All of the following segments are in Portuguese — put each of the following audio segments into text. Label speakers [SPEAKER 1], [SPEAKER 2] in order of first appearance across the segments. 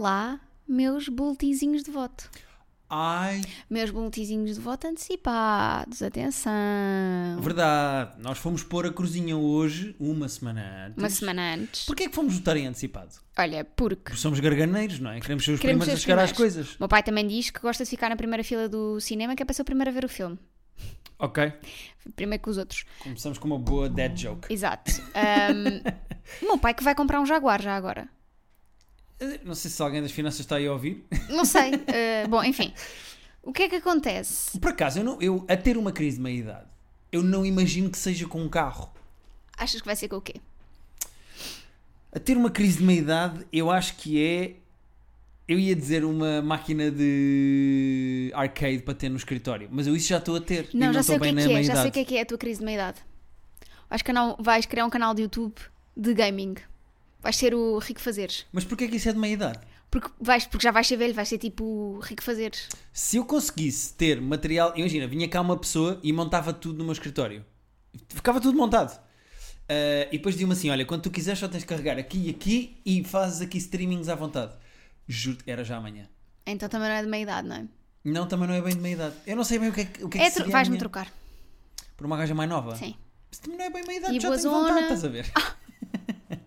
[SPEAKER 1] lá meus boletinzinhos de voto.
[SPEAKER 2] Ai,
[SPEAKER 1] Meus boletinzinhos de voto antecipados, atenção.
[SPEAKER 2] verdade. Nós fomos pôr a cruzinha hoje, uma semana antes.
[SPEAKER 1] Uma semana antes.
[SPEAKER 2] Porquê é que fomos votar em antecipado?
[SPEAKER 1] Olha, porque
[SPEAKER 2] Porque somos garganeiros, não é? Queremos ser os
[SPEAKER 1] Queremos
[SPEAKER 2] primeiros
[SPEAKER 1] ser
[SPEAKER 2] a
[SPEAKER 1] os
[SPEAKER 2] chegar às
[SPEAKER 1] primeiros.
[SPEAKER 2] coisas.
[SPEAKER 1] o meu pai também diz que gosta de ficar na primeira fila do cinema, que é para ser o primeiro a ver o filme.
[SPEAKER 2] Ok.
[SPEAKER 1] Primeiro que os outros.
[SPEAKER 2] Começamos com uma boa dead joke.
[SPEAKER 1] Exato. Ahm, o meu pai que vai comprar um Jaguar já agora.
[SPEAKER 2] Eh, Não sei se alguém das finanças está aí a ouvir.
[SPEAKER 1] Não sei. eh, bom, enfim. O que é que acontece?
[SPEAKER 2] Por acaso, eu, não, eu a ter uma crise de meia-idade, eu não imagino que seja com um carro.
[SPEAKER 1] Achas que vai ser com o quê?
[SPEAKER 2] A ter uma crise de meia-idade, eu acho que é. Eu ia dizer uma máquina de arcade para ter no escritório, mas eu isso já estou a ter. e
[SPEAKER 1] Não, já
[SPEAKER 2] estou
[SPEAKER 1] sei o que
[SPEAKER 2] bem
[SPEAKER 1] é
[SPEAKER 2] na
[SPEAKER 1] que é. Já
[SPEAKER 2] meia-idade.
[SPEAKER 1] sei o que é que é a tua crise de meia-idade. Vais, canal- vais criar um canal de YouTube de gaming. Vais ser o Rico Fazeres.
[SPEAKER 2] Mas porquê é que isso é de meia-idade?
[SPEAKER 1] Porque, vais, porque já vais ser velho, vais ser tipo o Rico Fazeres.
[SPEAKER 2] Se eu conseguisse ter material, imagina, vinha cá uma pessoa e montava tudo no meu escritório. Ficava tudo montado. Ah, e depois dizia-me assim: olha, quando tu quiseres, só tens de carregar aqui e aqui e fazes aqui streamings à vontade. Juro que era já amanhã.
[SPEAKER 1] Então também não é de meia-idade, não é?
[SPEAKER 2] Não, também não é bem de meia idade. Eu não sei bem o que é que, o que, é Ah.
[SPEAKER 1] é
[SPEAKER 2] que
[SPEAKER 1] tro-
[SPEAKER 2] seria a
[SPEAKER 1] Vais-me
[SPEAKER 2] minha-
[SPEAKER 1] trocar.
[SPEAKER 2] Por uma gaja mais nova?
[SPEAKER 1] Sim.
[SPEAKER 2] Isso também não é bem meia idade,
[SPEAKER 1] E
[SPEAKER 2] já tenho
[SPEAKER 1] boa
[SPEAKER 2] vontade,
[SPEAKER 1] zona.
[SPEAKER 2] estás a ver?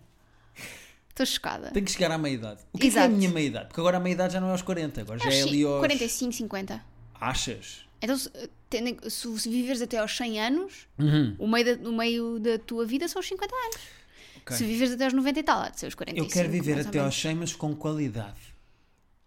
[SPEAKER 1] Estou chocada.
[SPEAKER 2] Tenho que chegar à meia idade. O que é, que é a
[SPEAKER 1] Exato.
[SPEAKER 2] minha meia idade? Porque agora a meia idade já não é aos 40, agora já
[SPEAKER 1] Aos
[SPEAKER 2] é ali
[SPEAKER 1] cin-
[SPEAKER 2] aos.
[SPEAKER 1] 45, 50.
[SPEAKER 2] Achas?
[SPEAKER 1] Então, se, eh, tendo em- se, se viveres até aos 100 anos,
[SPEAKER 2] Uhum.
[SPEAKER 1] o, meio da, o meio da tua vida são os 50 anos.
[SPEAKER 2] Ok.
[SPEAKER 1] Se viveres até aos 90 e tal, há de ser os
[SPEAKER 2] Eu
[SPEAKER 1] 45.
[SPEAKER 2] quero viver
[SPEAKER 1] mais ou
[SPEAKER 2] até aos
[SPEAKER 1] menos.
[SPEAKER 2] 100, mas com qualidade.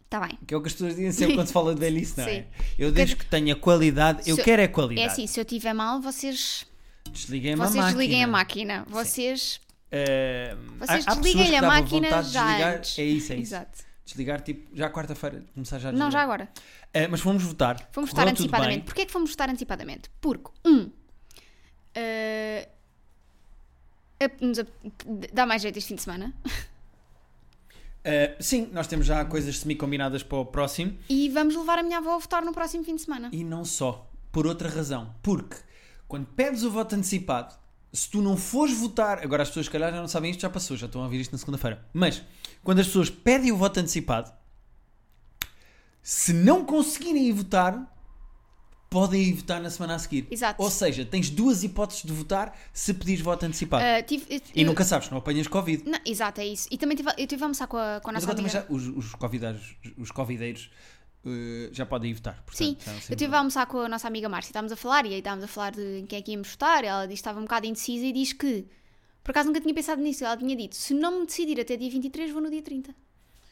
[SPEAKER 1] Tá bem.
[SPEAKER 2] Que é o que as pessoas dizem sempre quando se fala de velhice, não é?
[SPEAKER 1] Sim.
[SPEAKER 2] Eu desde que tenha qualidade, eu
[SPEAKER 1] Se-
[SPEAKER 2] quero é
[SPEAKER 1] É
[SPEAKER 2] qualidade.
[SPEAKER 1] assim, se eu tiver mal, vocês,
[SPEAKER 2] Desliguei-me a
[SPEAKER 1] vocês
[SPEAKER 2] É máquina.
[SPEAKER 1] desliguem a máquina. Vocês,
[SPEAKER 2] Eh,
[SPEAKER 1] vocês
[SPEAKER 2] há- há pessoas
[SPEAKER 1] desliguem-lhe
[SPEAKER 2] que
[SPEAKER 1] a
[SPEAKER 2] dava
[SPEAKER 1] máquina
[SPEAKER 2] vontade de
[SPEAKER 1] já
[SPEAKER 2] desligar.
[SPEAKER 1] antes.
[SPEAKER 2] É isso, é isso.
[SPEAKER 1] Exato.
[SPEAKER 2] Desligar, tipo, já quarta-feira, começar já a
[SPEAKER 1] Não, já
[SPEAKER 2] desligar.
[SPEAKER 1] agora.
[SPEAKER 2] Eh, mas fomos votar.
[SPEAKER 1] Fomos votar
[SPEAKER 2] Correu tudo
[SPEAKER 1] antecipadamente.
[SPEAKER 2] bem.
[SPEAKER 1] Porquê é que fomos votar antecipadamente? Porque, um, eh, ap- nos ap- dá mais jeito este fim de semana.
[SPEAKER 2] Eh, sim, nós temos já coisas semi-combinadas para o próximo.
[SPEAKER 1] E vamos levar a minha avó a votar no próximo fim de semana.
[SPEAKER 2] E não só. Por outra razão. Porque quando pedes o voto antecipado, se tu não fores votar. Agora as pessoas, se calhar, já não sabem isto, já passou, já estão a ouvir isto na segunda-feira. Mas quando as pessoas pedem o voto antecipado, se não conseguirem ir votar. Podem ir votar na semana a seguir.
[SPEAKER 1] Exato.
[SPEAKER 2] Ou seja, tens duas hipóteses de votar se pedires voto antecipado.
[SPEAKER 1] Ah, tive- eu-
[SPEAKER 2] e nunca sabes, não apanhas Covid.
[SPEAKER 1] Não, exato, é isso. E também tive, eu tive a almoçar com a, com a
[SPEAKER 2] Mas
[SPEAKER 1] nossa
[SPEAKER 2] agora
[SPEAKER 1] amiga.
[SPEAKER 2] também já, os, os convidados, os convideiros eh, já podem ir votar. portanto,
[SPEAKER 1] Sim,
[SPEAKER 2] já não
[SPEAKER 1] eu
[SPEAKER 2] sei
[SPEAKER 1] estive a almoçar com a nossa amiga Márcia, estávamos a falar e aí estávamos a falar de em quem é que íamos votar. Ela disse que estava um bocado indecisa e diz que, por acaso nunca tinha pensado nisso, ela tinha dito: se não me decidir até dia 23, vou no dia 30.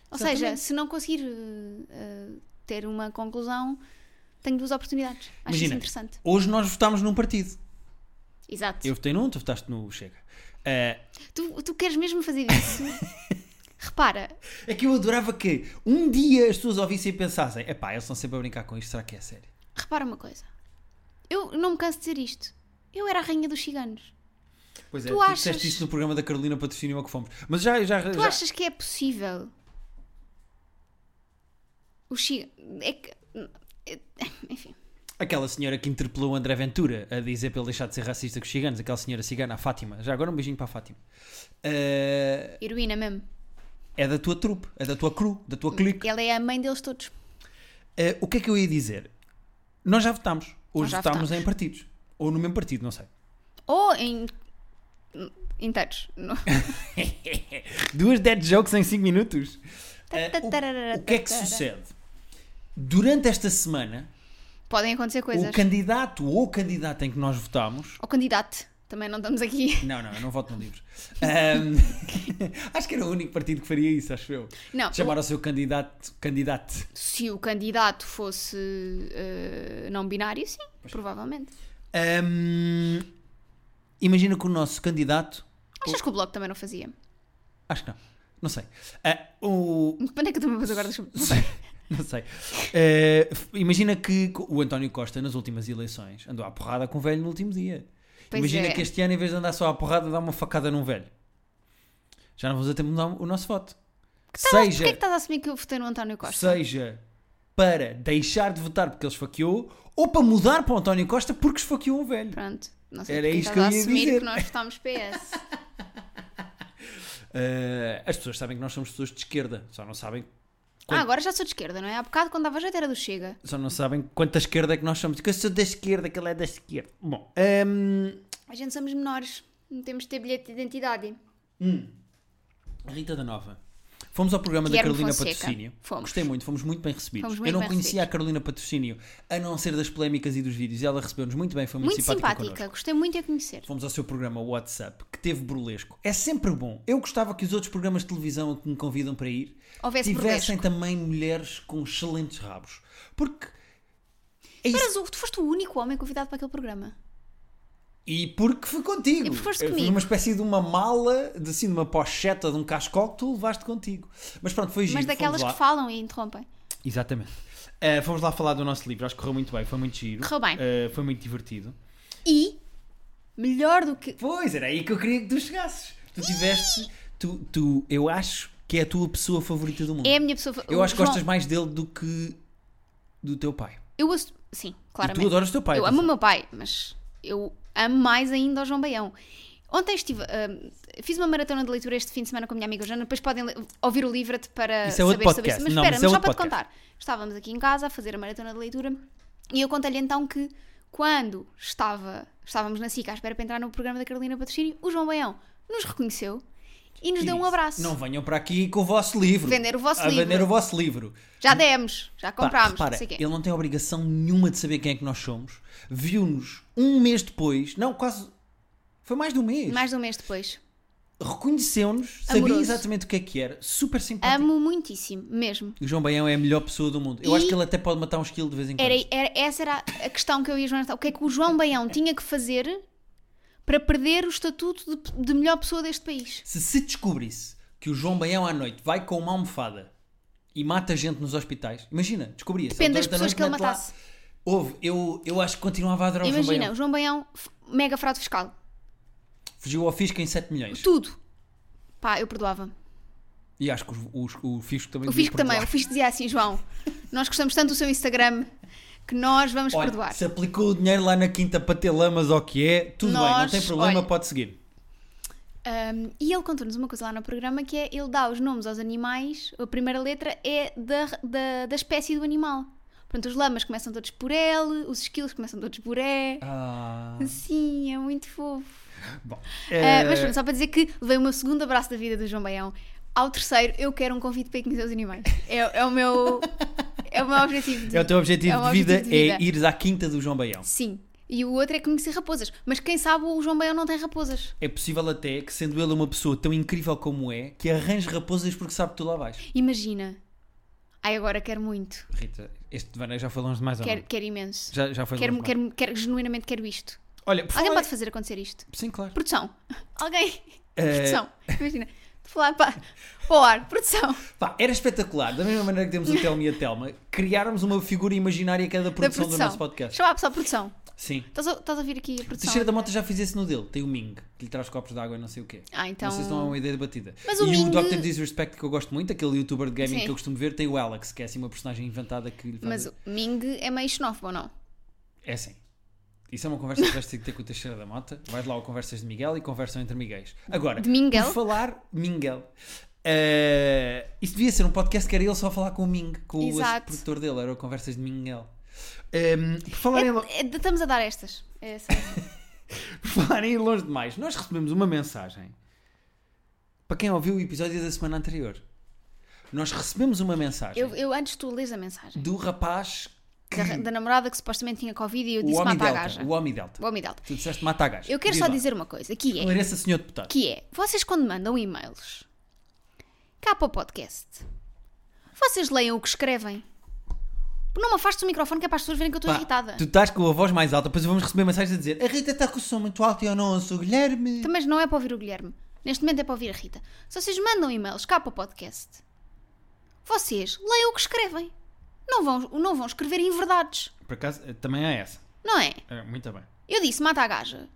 [SPEAKER 1] Ou seja,
[SPEAKER 2] Exatamente.
[SPEAKER 1] se não conseguir eh, eh, ter uma conclusão, tenho duas oportunidades. Acho
[SPEAKER 2] Imagina.
[SPEAKER 1] isso interessante.
[SPEAKER 2] Hoje nós votámos num partido.
[SPEAKER 1] Exato.
[SPEAKER 2] Eu votei num, tu votaste no Chega. Eh,
[SPEAKER 1] Tu, tu queres mesmo fazer isso? Repara,
[SPEAKER 2] é que eu adorava que um dia as pessoas ouvissem e pensassem: epá, eles estão sempre a brincar com isto, será que é sério?
[SPEAKER 1] repara uma coisa. Eu não me canso de dizer isto. Eu era a rainha dos ciganos.
[SPEAKER 2] Pois é,
[SPEAKER 1] Tu
[SPEAKER 2] tu,
[SPEAKER 1] achas-
[SPEAKER 2] disseste isso no programa da Carolina Patrocínio ao que fomos. Mas já. já,
[SPEAKER 1] Tu
[SPEAKER 2] já-
[SPEAKER 1] achas que é possível? O Chico. É que. é- Enfim.
[SPEAKER 2] Aquela senhora que interpelou o André Ventura a dizer para ele deixar de ser racista com os ciganos, aquela senhora cigana, a Fátima. Já agora um beijinho para a Fátima. Eh,
[SPEAKER 1] Heroína mesmo.
[SPEAKER 2] é da tua trupe, é da tua crew, da tua clique.
[SPEAKER 1] Ela é a mãe deles todos.
[SPEAKER 2] Eh, o que é que eu ia dizer? Nós já votámos.
[SPEAKER 1] Nós
[SPEAKER 2] Hoje
[SPEAKER 1] já
[SPEAKER 2] votámos em partidos. Ou no mesmo partido, não sei.
[SPEAKER 1] Ou em. Inteiros. No-
[SPEAKER 2] Duas dead jokes em 5 minutos. Eh, o, o que é que sucede? Durante esta semana,
[SPEAKER 1] Podem acontecer coisas.
[SPEAKER 2] o candidato ou candidata em que nós votámos.
[SPEAKER 1] Ou candidato. Também não estamos aqui.
[SPEAKER 2] Não, não, eu não voto no livro. Ahm, acho que era o único partido que faria isso, acho eu.
[SPEAKER 1] Não.
[SPEAKER 2] Chamar ao seu candidato. Candidato.
[SPEAKER 1] Se o candidato fosse eh, não binário, sim. Provavelmente.
[SPEAKER 2] Ahm, imagina que o nosso candidato.
[SPEAKER 1] Achas que o blog também não fazia?
[SPEAKER 2] Acho que não. Não sei. Ah, o,
[SPEAKER 1] Quando é que eu também vou agora? Deixa-me-
[SPEAKER 2] sei, não sei. Eh, f- imagina que co- o António Costa, nas últimas eleições, andou à porrada com o velho no último dia.
[SPEAKER 1] Pois
[SPEAKER 2] imagina
[SPEAKER 1] é.
[SPEAKER 2] que este ano, em vez de andar só à porrada, dá uma facada num velho. Já não vamos a tempo de mudar o nosso voto.
[SPEAKER 1] Porquê é que
[SPEAKER 2] Seja,
[SPEAKER 1] estás a assumir que eu votei no António Costa?
[SPEAKER 2] seja para deixar de votar porque ele esfaqueou, ou para mudar para o António Costa porque esfaqueou um velho.
[SPEAKER 1] Pronto. Não sei
[SPEAKER 2] Era
[SPEAKER 1] porque
[SPEAKER 2] isto
[SPEAKER 1] estás
[SPEAKER 2] que eu ia
[SPEAKER 1] a assumir
[SPEAKER 2] dizer.
[SPEAKER 1] que nós votámos PS.
[SPEAKER 2] Eh, as pessoas sabem que nós somos pessoas de esquerda, só não sabem Quando-
[SPEAKER 1] Ah, agora já sou de esquerda, não é? Há bocado quando dava jeito era do Chega.
[SPEAKER 2] Só não sabem quanta esquerda é que nós somos. Que eu sou da esquerda, que ele é da esquerda. Bom, hum,
[SPEAKER 1] A gente somos menores, não temos de ter bilhete de identidade.
[SPEAKER 2] Rita da Nova. Fomos ao programa
[SPEAKER 1] Guilherme
[SPEAKER 2] da Carolina
[SPEAKER 1] Fonseca.
[SPEAKER 2] Patrocínio.
[SPEAKER 1] Fomos.
[SPEAKER 2] Gostei muito, fomos muito bem recebidos.
[SPEAKER 1] Fomos
[SPEAKER 2] eu
[SPEAKER 1] muito
[SPEAKER 2] não
[SPEAKER 1] bem
[SPEAKER 2] conhecia
[SPEAKER 1] recebidos.
[SPEAKER 2] a Carolina Patrocínio, a não ser das polémicas e dos vídeos. E ela recebeu-nos muito bem, foi muito,
[SPEAKER 1] Muito
[SPEAKER 2] simpática.
[SPEAKER 1] simpática,
[SPEAKER 2] connosco.
[SPEAKER 1] gostei muito de a conhecer.
[SPEAKER 2] Fomos ao seu programa WhatsApp, que teve burlesco. É sempre bom. Eu gostava que os outros programas de televisão que me convidam para ir
[SPEAKER 1] Houvesse
[SPEAKER 2] tivessem também mulheres com excelentes rabos. Porque. É
[SPEAKER 1] Tu,
[SPEAKER 2] isso.
[SPEAKER 1] eras o- tu foste o único homem convidado para aquele programa.
[SPEAKER 2] E porque fui contigo.
[SPEAKER 1] E porque foste
[SPEAKER 2] Eu fui
[SPEAKER 1] comigo.
[SPEAKER 2] uma espécie de uma mala, de assim, de uma pocheta, de um cascó que tu levaste contigo. Mas pronto, foi giro.
[SPEAKER 1] Mas
[SPEAKER 2] fomos
[SPEAKER 1] daquelas
[SPEAKER 2] lá.
[SPEAKER 1] que falam e interrompem.
[SPEAKER 2] Exatamente. Eh, fomos lá falar do nosso livro, acho que correu muito bem, foi muito giro.
[SPEAKER 1] Correu bem.
[SPEAKER 2] Eh, foi muito divertido.
[SPEAKER 1] E, melhor do que.
[SPEAKER 2] Pois, era aí que eu queria que tu chegasses. Tu tiveste. Tu, tu, eu acho que é a tua pessoa favorita do mundo.
[SPEAKER 1] É a minha pessoa. fa-
[SPEAKER 2] Eu
[SPEAKER 1] o
[SPEAKER 2] acho que
[SPEAKER 1] João-
[SPEAKER 2] gostas mais dele do que do teu pai.
[SPEAKER 1] Eu ouço- Sim,
[SPEAKER 2] E
[SPEAKER 1] claramente.
[SPEAKER 2] tu adoras o teu pai. tá
[SPEAKER 1] eu
[SPEAKER 2] atenção.
[SPEAKER 1] amo o meu pai, mas eu amo mais ainda o João Baião. Ontem estive. hum, fiz uma maratona de leitura este fim de semana com a minha amiga Jana, depois podem le- ouvir o livro-te para
[SPEAKER 2] Isso é outro
[SPEAKER 1] saber sobre
[SPEAKER 2] podcast.
[SPEAKER 1] isso. Mas
[SPEAKER 2] Não,
[SPEAKER 1] espera,
[SPEAKER 2] mas
[SPEAKER 1] mas,
[SPEAKER 2] é
[SPEAKER 1] só
[SPEAKER 2] outro
[SPEAKER 1] para te
[SPEAKER 2] podcast.
[SPEAKER 1] contar. Estávamos aqui em casa a fazer a maratona de leitura e eu contei-lhe então que quando estava, estávamos na SICA à espera para entrar no programa da Carolina Patrocínio, o João Baião nos reconheceu e nos
[SPEAKER 2] E
[SPEAKER 1] deu um
[SPEAKER 2] disse,
[SPEAKER 1] abraço.
[SPEAKER 2] Não venham para aqui com o vosso livro.
[SPEAKER 1] Vender o vosso
[SPEAKER 2] a
[SPEAKER 1] livro.
[SPEAKER 2] vender o vosso livro.
[SPEAKER 1] Já demos, já
[SPEAKER 2] Pá,
[SPEAKER 1] comprámos,
[SPEAKER 2] repara,
[SPEAKER 1] não sei o quê.
[SPEAKER 2] ele não tem obrigação nenhuma de saber quem é que nós somos. Viu-nos um mês depois, não, quase. Foi mais de um mês.
[SPEAKER 1] Mais de um mês depois.
[SPEAKER 2] Reconheceu-nos, sabia
[SPEAKER 1] Amoroso.
[SPEAKER 2] exatamente o que é que era, super simpático.
[SPEAKER 1] Amo muitíssimo, mesmo.
[SPEAKER 2] O João Baião é a melhor pessoa do mundo. Eu
[SPEAKER 1] E-
[SPEAKER 2] acho que ele até pode matar uns quilos de vez em quando.
[SPEAKER 1] Era, era- essa era a questão que eu ia jornalistar. O que é que o João Baião tinha que fazer para perder o estatuto de, de melhor pessoa deste país?
[SPEAKER 2] Se se descobrisse que o João Baião à noite vai com uma almofada e mata gente nos hospitais, imagina, descobria-se.
[SPEAKER 1] Depende das
[SPEAKER 2] Ele durante a
[SPEAKER 1] pessoas que ele
[SPEAKER 2] noite mete lá-
[SPEAKER 1] matasse.
[SPEAKER 2] Houve, eu, eu acho que continuava a adorar o João
[SPEAKER 1] Imagina,
[SPEAKER 2] Baião.
[SPEAKER 1] o João Baião, f- mega fraude fiscal.
[SPEAKER 2] Fugiu ao fisco em 7 milhões.
[SPEAKER 1] Tudo. Pá, eu perdoava.
[SPEAKER 2] E acho que os- os- o fisco também
[SPEAKER 1] O
[SPEAKER 2] devia
[SPEAKER 1] Fisco também.
[SPEAKER 2] perdoar.
[SPEAKER 1] O Fisco dizia assim, João, nós gostamos tanto do seu Instagram que nós vamos
[SPEAKER 2] Olha,
[SPEAKER 1] perdoar.
[SPEAKER 2] se aplicou o dinheiro lá na quinta para ter lamas ou o que é, tudo bem, não
[SPEAKER 1] Nós,
[SPEAKER 2] tem problema,
[SPEAKER 1] olha-
[SPEAKER 2] pode seguir.
[SPEAKER 1] Um, e ele contou-nos uma coisa lá no programa que é ele dá os nomes aos animais, a primeira letra é da, da, da espécie do animal. Portanto, os lamas começam todos por L, os esquilos começam todos por E.
[SPEAKER 2] Ah,
[SPEAKER 1] Sim, é muito fofo.
[SPEAKER 2] bom.
[SPEAKER 1] Ah,
[SPEAKER 2] Eh,
[SPEAKER 1] mas pronto, só para dizer que levei o meu segundo abraço da vida do João Baião. Ao terceiro, eu quero um convite para ir conhecer os animais. É, é o meu. É o meu objetivo. de-
[SPEAKER 2] é o teu objetivo,
[SPEAKER 1] é o
[SPEAKER 2] de, vida
[SPEAKER 1] objetivo de
[SPEAKER 2] é ires à quinta do João Baião.
[SPEAKER 1] Sim. E o outro é conhecer raposas. Mas quem sabe o João Baião não tem raposas.
[SPEAKER 2] É possível até que, sendo ele uma pessoa tão incrível como é, que arranje raposas porque sabe que tu lá vais.
[SPEAKER 1] Imagina. Ai, agora quero muito.
[SPEAKER 2] Rita, este devaneio já foi longe demais ou
[SPEAKER 1] Quero,
[SPEAKER 2] não?
[SPEAKER 1] quero imenso.
[SPEAKER 2] Já, já foi
[SPEAKER 1] Quero,
[SPEAKER 2] longe demais.
[SPEAKER 1] quero, quero, genuinamente quero isto.
[SPEAKER 2] Olha, por
[SPEAKER 1] Alguém
[SPEAKER 2] falar...
[SPEAKER 1] pode fazer acontecer isto?
[SPEAKER 2] Sim, claro.
[SPEAKER 1] Produção. Alguém.
[SPEAKER 2] Eh,
[SPEAKER 1] Produção. Imagina. De falar para, para o ar. Produção.
[SPEAKER 2] Pá, era espetacular, da mesma maneira que temos o Telmo e a Telma, criarmos uma figura imaginária que é da
[SPEAKER 1] Da
[SPEAKER 2] produção, do
[SPEAKER 1] produção.
[SPEAKER 2] nosso podcast.
[SPEAKER 1] Chama a pessoa produção.
[SPEAKER 2] Sim.
[SPEAKER 1] Estás a, estás a ouvir aqui a produção?
[SPEAKER 2] Teixeira da Mota já fez esse no dele, tem o Ming, que lhe traz copos de água e não sei o quê.
[SPEAKER 1] Ah, então.
[SPEAKER 2] Não sei se não é uma ideia de batida.
[SPEAKER 1] Mas
[SPEAKER 2] e
[SPEAKER 1] o Ming-
[SPEAKER 2] o Dr. Disrespect que eu gosto muito, aquele youtuber de gaming
[SPEAKER 1] Sim.
[SPEAKER 2] que eu costumo ver, tem o Alex, que é assim uma personagem inventada que lhe faz.
[SPEAKER 1] Mas o Ming é meio xenófobo ou não?
[SPEAKER 2] É assim. Isso é uma conversa que vais ter que ter com o Teixeira da Mota. Vais lá ao Conversas de Miguel e conversam entre Miguéis. Agora,
[SPEAKER 1] De Mingel?
[SPEAKER 2] por falar Mingel. eh, isso devia ser um podcast que era ele só a falar com o Ming, com o
[SPEAKER 1] Exato.
[SPEAKER 2] produtor dele, era o Conversas de Mingel. Em, por, falar em, lo-
[SPEAKER 1] É- é- estamos a dar estas. É essa.
[SPEAKER 2] por falar em ir longe demais, nós recebemos uma mensagem para quem ouviu o episódio da semana anterior. Nós recebemos uma mensagem
[SPEAKER 1] eu, eu antes tu lês a mensagem.
[SPEAKER 2] do rapaz que
[SPEAKER 1] Da, da namorada que supostamente tinha Covid e eu
[SPEAKER 2] Uhum. o
[SPEAKER 1] disse
[SPEAKER 2] homem
[SPEAKER 1] mata a
[SPEAKER 2] delta.
[SPEAKER 1] gaja.
[SPEAKER 2] O homem delta.
[SPEAKER 1] O homem delta.
[SPEAKER 2] Tu disseste mata a gaja.
[SPEAKER 1] Eu quero
[SPEAKER 2] Diz
[SPEAKER 1] só
[SPEAKER 2] lá.
[SPEAKER 1] dizer uma coisa, que é.
[SPEAKER 2] Esclareça, senhor deputado.
[SPEAKER 1] que é, vocês quando mandam e-mails cá para o podcast, vocês leiam o que escrevem. Não me afastes o microfone que é para as pessoas verem que eu estou
[SPEAKER 2] Pá,
[SPEAKER 1] irritada.
[SPEAKER 2] Tu estás com a voz mais alta, depois vamos receber mensagens a dizer a Rita está com o som muito alto e eu não ouço o Guilherme.
[SPEAKER 1] Também não é para ouvir o Guilherme. Neste momento é para ouvir a Rita. Se vocês mandam e-mails cá para o podcast, vocês leiam o que escrevem. Não vão, não vão escrever inverdades,
[SPEAKER 2] Por acaso, eh, também é essa.
[SPEAKER 1] não é?
[SPEAKER 2] É, muito bem.
[SPEAKER 1] Eu disse mata a gaja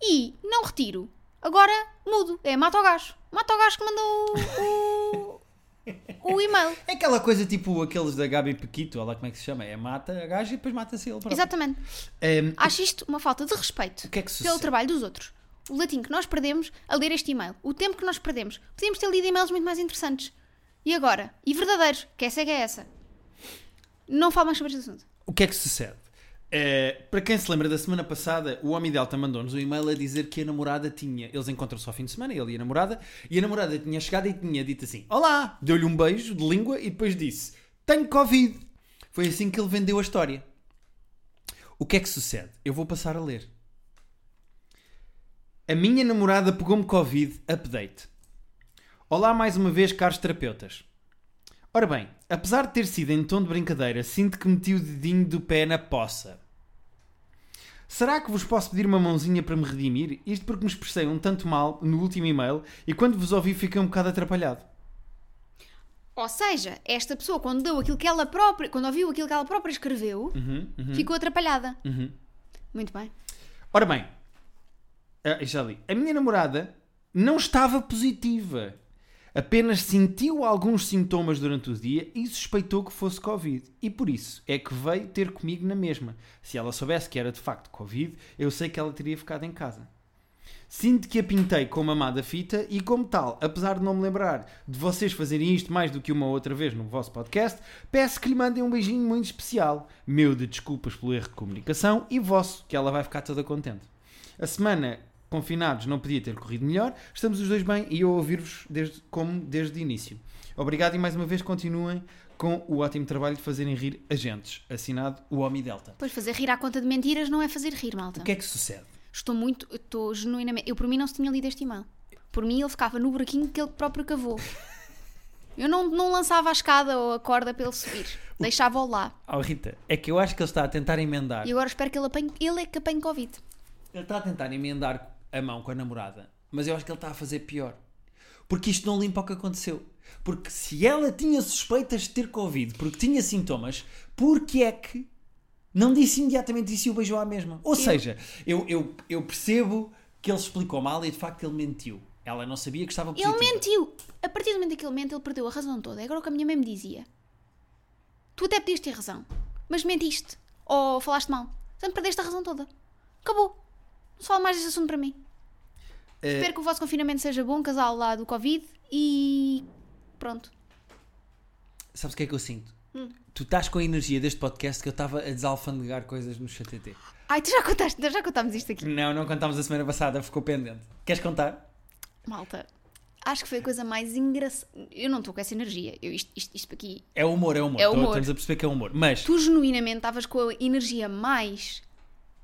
[SPEAKER 1] e não retiro. Agora mudo. É mata o gajo. Mata o gajo que mandou o, o, o e-mail.
[SPEAKER 2] É aquela coisa tipo aqueles da Gabi Pequito, olha lá como é que se chama, é mata a gaja e depois mata-se ele. próprio.
[SPEAKER 1] Exatamente.
[SPEAKER 2] Ehm,
[SPEAKER 1] Acho isto uma falta de respeito
[SPEAKER 2] o que é que
[SPEAKER 1] pelo
[SPEAKER 2] sucede?
[SPEAKER 1] trabalho dos outros. O latim que nós perdemos a ler este e-mail, o tempo que nós perdemos, podíamos ter lido e-mails muito mais interessantes. E agora? E verdadeiros, que essa é que é essa. Não falo mais sobre este assunto.
[SPEAKER 2] O que é que sucede? Eh, para quem se lembra da semana passada, o Homem de Alta mandou-nos um e-mail a dizer que a namorada tinha. Eles encontram-se ao fim de semana, ele e a namorada, e a namorada tinha chegado e tinha dito assim: Olá! Deu-lhe um beijo de língua e depois disse: Tenho Covid! Foi assim que ele vendeu a história. O que é que sucede? Eu vou passar a ler. A minha namorada pegou-me Covid, update. Olá mais uma vez, caros terapeutas. Ora bem, apesar de ter sido em tom de brincadeira, sinto que meti o dedinho do pé na poça. Será que vos posso pedir uma mãozinha para me redimir? Isto porque me expressei um tanto mal no último e-mail e quando vos ouvi fiquei um bocado atrapalhado.
[SPEAKER 1] Ou seja, esta pessoa, quando deu aquilo que ela própria, quando ouviu aquilo que ela própria escreveu,
[SPEAKER 2] Uhum,
[SPEAKER 1] ficou atrapalhada. Muito bem.
[SPEAKER 2] Ora bem, ah, já li. A minha namorada não estava positiva. Apenas sentiu alguns sintomas durante o dia e suspeitou que fosse Covid. E por isso é que veio ter comigo na mesma. Se ela soubesse que era de facto Covid, eu sei que ela teria ficado em casa. Sinto que a pintei com uma má da fita e, como tal, apesar de não me lembrar de vocês fazerem isto mais do que uma outra vez no vosso podcast, peço que lhe mandem um beijinho muito especial, meu de desculpas pelo erro de comunicação e vosso, que ela vai ficar toda contente. A semana confinados não podia ter corrido melhor, estamos os dois bem e eu a ouvir-vos desde, como desde o início. Obrigado e mais uma vez continuem com o ótimo trabalho de fazerem rir agentes. Assinado o Homem Delta.
[SPEAKER 1] Pois fazer rir à conta de mentiras não é fazer rir, malta.
[SPEAKER 2] O que é que sucede?
[SPEAKER 1] Estou muito, eu estou genuinamente. Eu por mim não se tinha lido este e-mail. Por mim ele ficava no buraquinho que ele próprio cavou. Eu não, não lançava a escada ou a corda para ele subir. Deixava-o lá.
[SPEAKER 2] Oh, Rita, é que eu acho que ele está a tentar emendar.
[SPEAKER 1] E agora espero que ele apanhe. Ele é que apanhe Covid.
[SPEAKER 2] Ele está a tentar emendar a mão com a namorada, mas eu acho que ele está a fazer pior. Porque isto não limpa o que aconteceu. Porque se ela tinha suspeitas de ter Covid, porque tinha sintomas, porque é que não disse imediatamente isso e o beijou à mesma? Ou seja, eu, eu, eu percebo que ele explicou mal e de facto ele mentiu. Ela não sabia que estava positiva.
[SPEAKER 1] Ele mentiu! A partir do momento em que ele mente, ele perdeu a razão toda. É agora o que a minha mãe me dizia. Tu até podias ter razão, mas mentiste. Ou falaste mal. Portanto, perdeste a razão toda. Acabou. Não se fala mais deste assunto para mim.
[SPEAKER 2] Eh,
[SPEAKER 1] Espero que o vosso confinamento seja bom, casal lá do Covid e. Pronto.
[SPEAKER 2] Sabes o que é que eu sinto?
[SPEAKER 1] Hum.
[SPEAKER 2] Tu estás com a energia deste podcast que eu estava a desalfandegar coisas no CTT.
[SPEAKER 1] Ai, tu já contaste, nós já contámos isto aqui.
[SPEAKER 2] Não, não contámos a semana passada, ficou pendente. Queres contar?
[SPEAKER 1] Malta, acho que foi a coisa mais engraçada. Eu não estou com essa energia. Eu, isto, isto, isto aqui.
[SPEAKER 2] É humor, é humor.
[SPEAKER 1] É
[SPEAKER 2] Tô-
[SPEAKER 1] humor.
[SPEAKER 2] Estamos a perceber que é humor. Mas
[SPEAKER 1] Tu genuinamente estavas com a energia mais